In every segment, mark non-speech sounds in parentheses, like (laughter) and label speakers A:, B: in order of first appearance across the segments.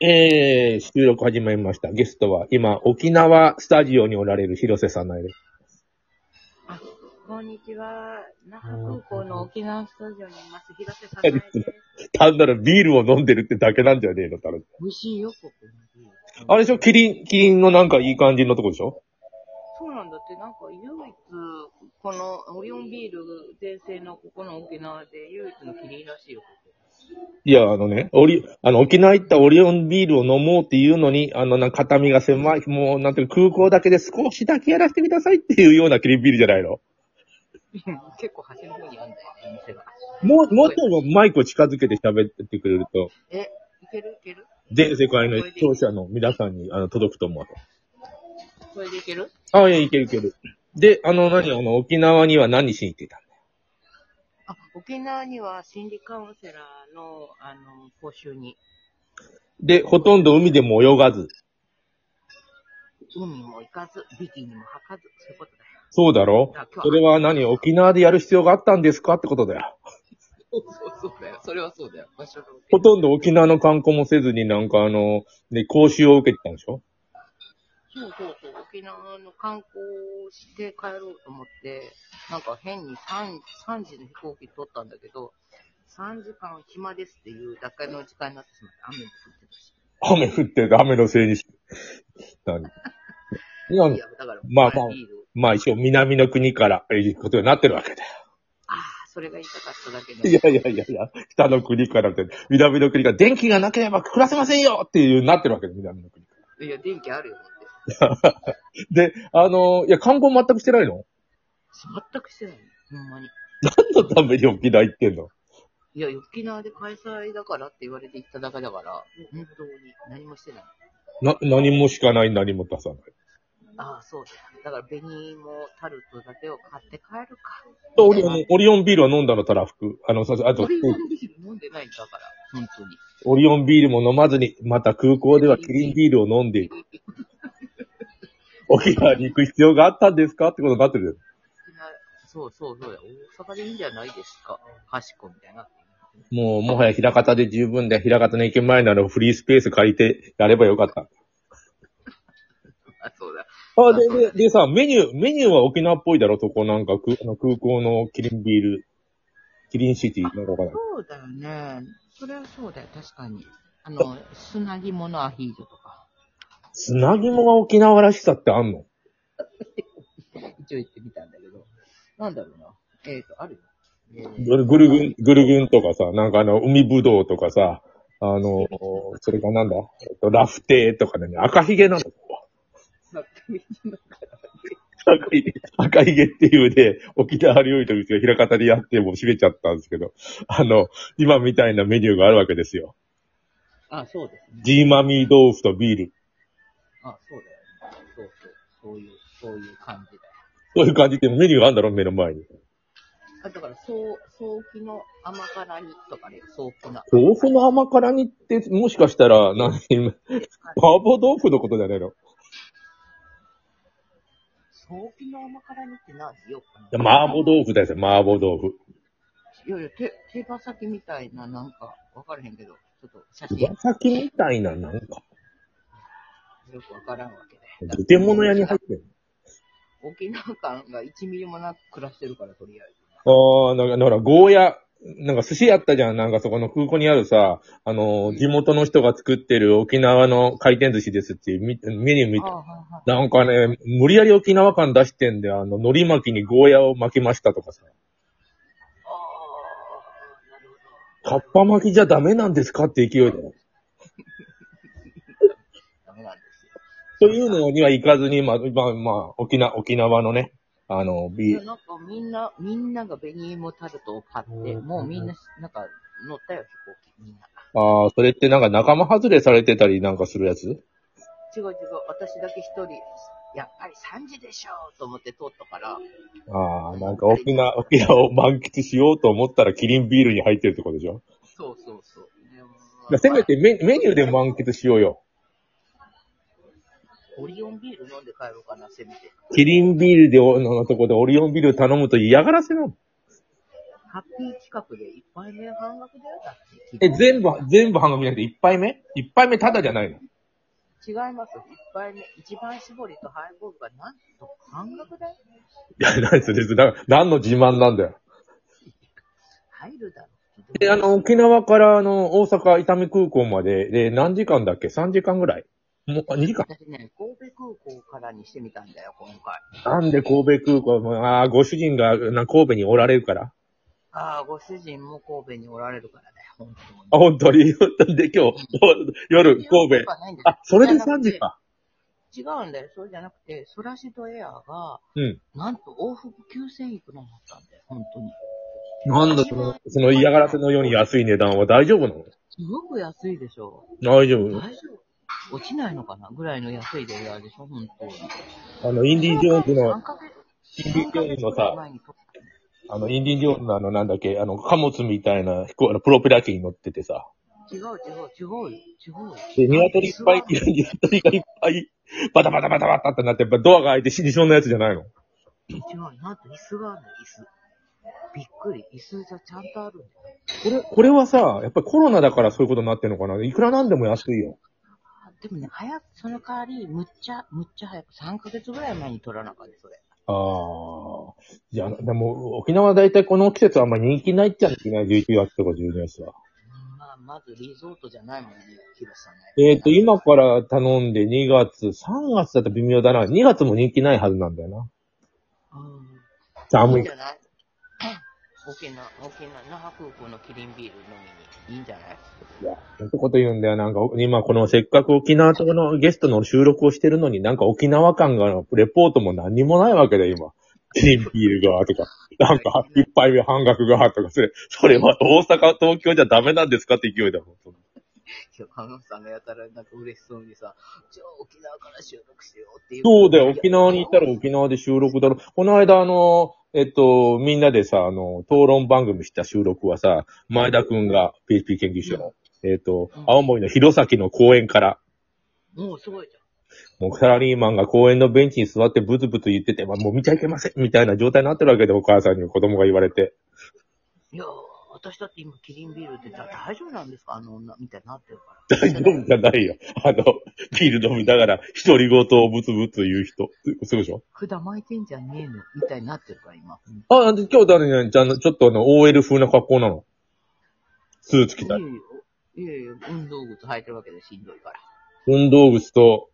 A: えー、収録始まりました。ゲストは今、沖縄スタジオにおられる広瀬さんなんです。
B: こんにちは。那覇空港の沖縄スタジオにいます。広瀬さなえです。
A: 単なるビールを飲んでるってだけなんじゃねえのたら。
B: 美味しいよ、ここ。
A: あれでしょキリン、キリンのなんかいい感じのとこでしょ
B: そうなんだって、なんか唯一、このオリオンビール全盛のここの沖縄で唯一のキリンらしいよ。
A: いや、あのね、オリ、あの、沖縄行ったオリオンビールを飲もうっていうのに、あの、なんか肩身が狭い、もう、なんていうか空港だけで少しだけやらせてくださいっていうようなキリンビールじゃないの。
B: 結構端の方にあるんだよね、店が。
A: もう、もっともマイクを近づけて喋ってくれると、
B: え、いけるいける
A: 全世界の視聴者の皆さんに、あの、届くと思う。
B: これでいける
A: ああ、いや、いけるいける。で、あの、何、あの、沖縄には何しに行ってたんだ
B: あ、沖縄には心理カウンセラーの、あの、講習に、
A: で、ほとんど海でも泳がず。
B: 海も行かず、ビキニも履かず、そういうことだよ。
A: そうだろ
B: あ今日は
A: それは何、沖縄でやる必要があったんですかってことだよ。
B: (laughs) そうそうそうだよ。それはそうだよ。場所が
A: ほとんど沖縄の観光もせずになんかあの、ね、講習を受けてたんでしょ
B: そうそうそう、沖縄の観光をして帰ろうと思って、なんか変に 3, 3時の飛行機取ったんだけど、3時間暇ですっていうだけの時間になってしまって、雨も降ってたし。
A: 雨降ってる、雨のせいにして。何今の
B: いや、だから、
A: まあまあ
B: ビールを
A: まあ一応南の国から、えいうことになってるわけだよ。
B: ああ、それが言いたかっただけ
A: い
B: で。
A: やいやいやいや、北の国からって、南の国から電気がなければ暮らせませんよっていうなってるわけだ、南の国か
B: いや、電気あるよ、っ
A: ら。で、あの、いや、観光全くしてないの
B: て。全くしてないの。ほんまに。
A: 何のために沖縄行ってんの
B: いや、沖縄で開催だからって言われて行っただけだから、本当に何もしてない。
A: な、何もしかない、何も出さない。
B: ああ、そうだよ。だから、紅芋、タルトだけを買って帰るか。
A: オリオン、オリオンビールは飲んだの、たら服。あの、さあと
B: オ、リオンビール飲んでないんだから、本当に。
A: オリオンビールも飲まずに、また空港ではキリンビールを飲んでいる。沖縄に行く必要があったんですかってことになってる。
B: そうそうそうだ。大阪でいいんじゃないですか。かしこみたいな。 (laughs)
A: もう、もはや平方で十分で、平方の駅前ならフリースペース借りてやればよかった。
B: あ、そうだ。
A: あ、で、で、でさ、メニュー、メニューは沖縄っぽいだろ、そこなんか、くあの空港のキリンビール、キリンシティなのかな。
B: そうだよね。それはそうだよ。確かに。あの、砂肝のアヒージョとか。
A: 砂肝が沖縄らしさってあんの
B: 一応行ってみたんだけど。なんだろうな。えっ、と、あるよ。えー
A: ぐるぐるぐん、ぐるぐんとかさ、なんかあの、海ぶどうとかさ、あの、それかなんだ、えっと、ラフテーとかね、赤ひげなの。
B: なんか
A: 赤ひげ、赤ひげっていうで、沖縄料理とうちが平方でやってもう閉めちゃったんですけど、あの、今みたいなメニューがあるわけですよ。
B: あ、そうですね。
A: ジーマミー豆腐とビール。
B: あ、そうだよね。そうそう。そういう、そういう感じだよ。
A: そういう感じでメニューがあるんだろ、目の前に。
B: あ、だから、そう、早期の甘辛煮とかね、早期 (laughs) な。
A: 豆腐の甘辛煮って、もしかしたら、何、麻婆豆腐のことじゃないのい
B: 早期の甘辛煮って何よ
A: や麻婆豆腐ですよ、麻婆豆腐。
B: いやいや、手、手羽先みたいな、なんか、わからへんけど、ちょっと写真、
A: 手
B: よ
A: 羽先みたいな、なんか。
B: くわからんわけで。
A: 建物屋に入ってる。
B: 沖縄感が1ミリもなく暮らしてるから、とりあえず。
A: ああ、なんか、だから、ゴーヤ、なんか寿司やったじゃん。なんかそこの空港にあるさ、あのー、地元の人が作ってる沖縄の回転寿司ですっていうみメニュー見
B: あ
A: て。
B: あ、はいは
A: なんかね、無理やり沖縄感出してんで、あの、海苔巻きにゴーヤを巻きましたとかさ。
B: い。ああ、なる
A: カッパ巻きじゃダメなんですかって勢いだよ。
B: ほど。ダメなんですよ。
A: というのには行かずに、まあ、まあ、まあ、沖縄、沖縄のね、あの、
B: い
A: ビ
B: や、なんかみんな、みんなが紅芋タルトを買って、もうみんな、なんか、乗ったよ、飛行機、みんな。
A: ああ、それってなんか仲間外れされてたりなんかするやつ
B: 違う違う、私だけ一人、やっぱり3時でしょうと思って通ったから、
A: ああ、なんか沖縄、沖縄を満喫しようと思ったらキリンビールに入ってるってことでしょ
B: そうそうそう。で
A: だ
B: も
A: からせめてメメニューで満喫しようよ。
B: オリオンビール飲んで帰ろうかな、せめて。
A: キリンビールでお、のとこでオリオンビール頼むと嫌がらせなの。
B: ハッピー企画で一杯目半額だよ、だって。
A: え、全部、全部半額じゃなくて、一杯目一杯目タダじゃないの
B: 違います。一杯目、一番絞りとハイボールがなんと半額だよ。
A: いや、ないですです。な何の自慢なんだよ。
B: 入るだろ。
A: で、あの、沖縄から、あの、大阪伊丹空港まで、で、何時間だっけ ?3 時間ぐらいもう、あ2時間。
B: 私ね、神戸空港からにしてみたんだよ、今回。
A: なんで神戸空港も、ああ、ご主人が、な、神戸におられるから。
B: ああ、ご主人も神戸におられるからだよ、本当に。
A: あ、本当に。 (laughs) で、今日、夜、神戸。
B: 戸
A: あ、それで3時か。
B: 違うんだよ。それじゃなくて、ソラシドエアが、
A: うん。
B: なんと往復9000いくらだったんだよ、本当に。
A: なんだ、その、その嫌がらせのように安い値段は大丈夫なの
B: すごく安いでしょ。
A: 大丈夫
B: 大丈夫落ちないのかなぐらいの安いレイヤーでしょ、本当に。
A: あの、インディ・ジョーンズの
B: 3、ヶ月
A: インディ・ジョーンズの
B: 三ヶ月ぐらい
A: さ、
B: 前に撮った
A: あの、インディ・ジョーンズのあの、なんだっけ、あの、貨物みたいな飛行、あの、プロペラ機に乗っててさ、
B: 違う違う違うよ違うよ。
A: で、鶏いっぱい、鶏がいっぱい、バタバタバタバタってなって、やっぱドアが開いて死にそうなやつじゃないの
B: 違うよ。なんと椅子があるの、椅子。びっくり。椅子じゃちゃんとあるんだよ。
A: これ、これはさ、やっぱりコロナだからそういうことになってるのかないくらなんでも安いよ。
B: あでもね、早く、その代わり、むっちゃ、むっちゃ早く、3ヶ月ぐらい前に撮らなかった、それ。
A: ああ。じゃあ、でも、沖縄は大体この季節はあんま人気ないっちゃ人気ない、11月とか12月は。
B: まあ、まずリゾートじゃないもんね、ヒロさんね。
A: えっ、と、今から頼んで2月、3月だと微妙だな。2月も人気ないはずなんだよな。
B: うん。い
A: 寒
B: い
A: い
B: んじ。ゃない (coughs) 沖縄、沖縄、那覇空港のキリンビール飲みに。いいんじゃない
A: いや、なんてこと言うんだよ。なんか、今このせっかく沖縄とこのゲストの収録をしてるのに、なんか沖縄感が、レポートも何にもないわけだよ、今。キリンビールが、とか。なんか、一杯目半額が、とか、それ、それは大阪、東京じゃダメなんですかって勢いだもん。
B: 今日、 (laughs) カノさんがやたらなんか嬉しそうにさ、じゃあ沖縄から収録しようっていう。
A: そうだよ、沖縄に行ったら沖縄で収録だろ。この間、あの、えっと、みんなでさ、あの、討論番組した収録はさ、前田くんが PHP 研究所の、えっと
B: う、ん
A: 青森の弘前の公園から、
B: もうすごいじゃん。
A: もうサラリーマンが公園のベンチに座ってブツブツ言ってて、まあ、もう見ちゃいけませんみたいな状態になってるわけで、お母さんに子供が言われて。
B: いやー、私だって今キリンビールってだ大丈夫なんですかあの女みたいになってるから。
A: 大丈夫じゃないよ。あの、ビール飲みながら、独り言をブツブツ言う人。そうでしょ
B: 管巻いてんじゃねえのみたいになってるから今。
A: あ、で今日誰に、じゃあ、ちょっとあの、OL 風な格好なの。スーツ着た。
B: いやいや、いやいや、運動靴履いてるわけでしんどいから。
A: 運動靴と、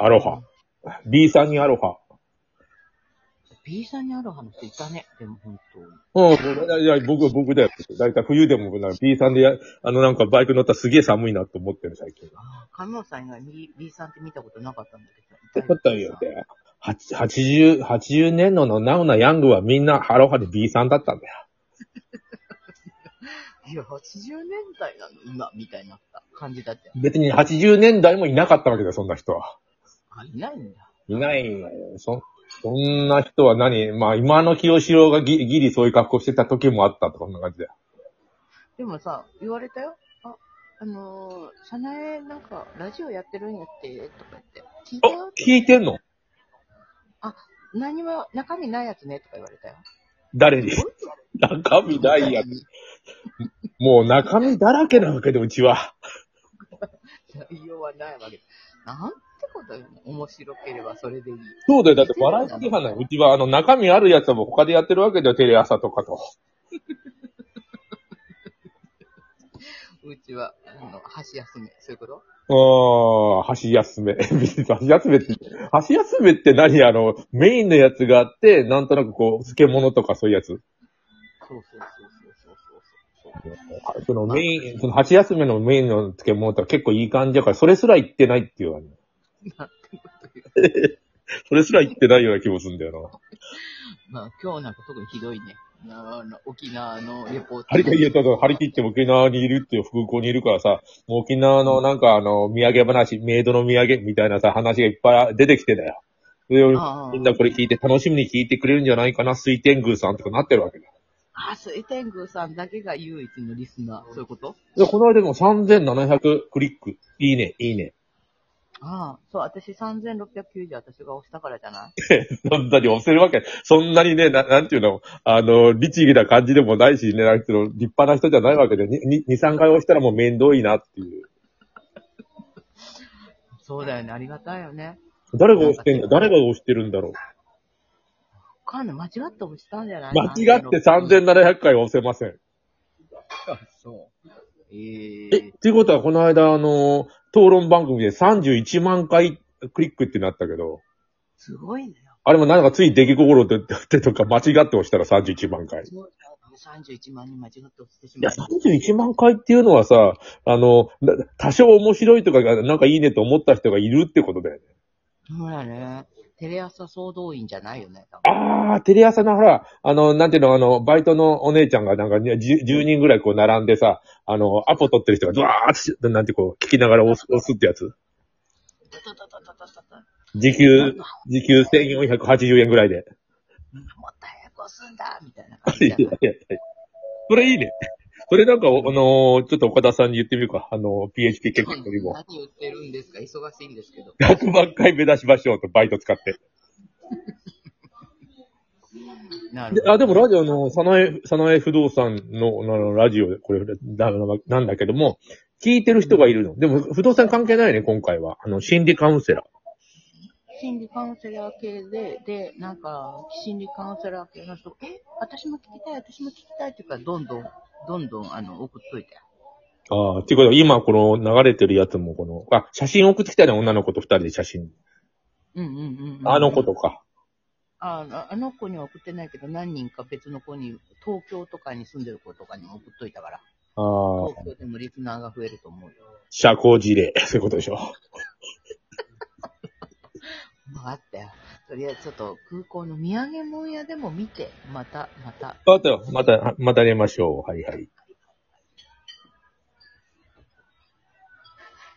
A: アロハ。B さんにアロハ。
B: B さんにアロハの人いたね。でも本当に。
A: うん、いや、僕、僕だよ。だいたい冬でも、なんか B さんでや、あの、なんかバイク乗ったらすげえ寒いなと思ってる、最近。
B: 神尾さん以外 B, B さんって見たことなかったんだけ
A: よか
B: ど。
A: ったよ。で、はち80、80年ののナウナヤングはみんなハロハで B さんだったんだよ。
B: いや、80年代なの今、みたいな感じだったよ。
A: 別に80年代もいなかったわけだよ、そんな人は。
B: あ、いないんだ。
A: いないんだよ。そ、そんな人は何まあ、今の清志郎がギリギリそういう格好してた時もあったとか、そんな感じだよ。
B: でもさ、言われたよ。あ、あのー、社内なんか、ラジオやってるんやって、とか言って。聞いたよ
A: あ、。聞いてんの
B: 何も、中身ないやつね、とか言われたよ。
A: 誰に (laughs) 中身ないやつ。もう中身だらけなわけで、うちは。
B: 内容はないわけ。なんてことよ、ね。面白ければそれでいい。
A: そうだよ。だってバラエティ派なの。うちは、あの、中身あるやつはもう他でやってるわけだよ。テレ朝とかと。
B: うちは、あの、箸休め。そういうこと
A: ああ、箸休め。 (laughs) 別に箸休めって、箸休めって何あの、メインのやつがあって、なんとなくこう、漬物とかそういうやつ。
B: そうそうそうそうそうそうそう。
A: そのメイン、その箸休めのメインの漬物とか結構いい感じだから、それすら言ってないっていうあの
B: なんてこと言う。
A: それすら言ってないような気もするんだよな。
B: まあ、今日なんか特にひどいね。あの沖縄のレポート。
A: 張り切って、張り切って沖縄にいるっていう空港にいるからさ、もう沖縄のなんかあの、土産話、メイドの土産みたいなさ、話がいっぱい出てきてだよ。それを
B: ああ
A: みんなこれ聞いて楽しみに聞いてくれるんじゃないかな、水天宮さんとかなってるわけだ。
B: あ、水天宮さんだけが唯一のリスナー。そういうこと
A: で、この間でも3700クリック。いいね、いいね。
B: ああ、そう、私3690私が押したからじゃない
A: そんなに押せるわけ。そんなにね、ななんていうの、あの、律儀な感じでもないしね、なんていうの、立派な人じゃないわけで、にに2、3回押したらもう面倒いなっていう。
B: そうだよね、ありがたいよね。
A: 誰が押してんだ誰が押してるんだろう
B: わかんない、間違って押したんじゃない
A: 間違って。3700回は押せません。
B: 3690そう。え
A: え、
B: ー
A: っ、ていうことは、この間、あの、討論番組で31万回クリックってなったけど、
B: すごいね。
A: あれもなんかつい出来心でってとか間違って押したら31万回。い
B: そうだよね、31万人間違って押してしま
A: や、
B: った。
A: 31万回っていうのはさ、あの、な多少面白いとかが、なんかいいねと思った人がいるってことだよね。
B: そうだね。テレ朝総動員じゃないよね、多分。
A: あー、テレ朝のほら、あの、なんていうの、あの、バイトのお姉ちゃんがなんかね10 10人ぐらいこう並んでさ、あの、アポ取ってる人がドワーッと、なんてこう、聞きながら押す、押すってやつ。
B: たたたたたたたた。
A: 時給、時給1480円ぐらいで。
B: もっと早く押すんだみたいな感
A: い
B: じ
A: や
B: だ
A: (laughs) いやいやそれいいね。それなんか、おあのーちょっと岡田さんに言ってみるか。あのー、PHP 結構にも。
B: 何言ってるんですか忙しいんですけど。
A: 100万回目指しましょうと、バイト使って。
B: な
A: で
B: るほど。
A: あ、でもラジオの、サナエ、サナエ不動産の、あの、ラジオで、これ、だなんだけども、聞いてる人がいるの。でも、不動産関係ないね、今回は。あの、心理カウンセラー。
B: 心理カウンセラー系で、で、なんか、心理カウンセラー系の人、え、私も聞きたい、私も聞きたいっていうから、どんどん、どんどん、あの、送っといて。
A: ああ、っていうことは、今、この、流れてるやつも、この、あ、写真送ってきたね、女の子と二人で写真。
B: うんうんうん、うん。
A: あの子とか。
B: あの。あの子には送ってないけど、何人か別の子に、東京とかに住んでる子とかにも送っといたから、
A: ああ、
B: 東京でもリスナーが増えると思うよ。
A: 社交辞令。 (laughs) そういうことでしょ。
B: まあ、あったよ。とりあえず、ちょっと空港の土産物屋でも見て、また、また。
A: あと、また、また寝ましょう。はいはい。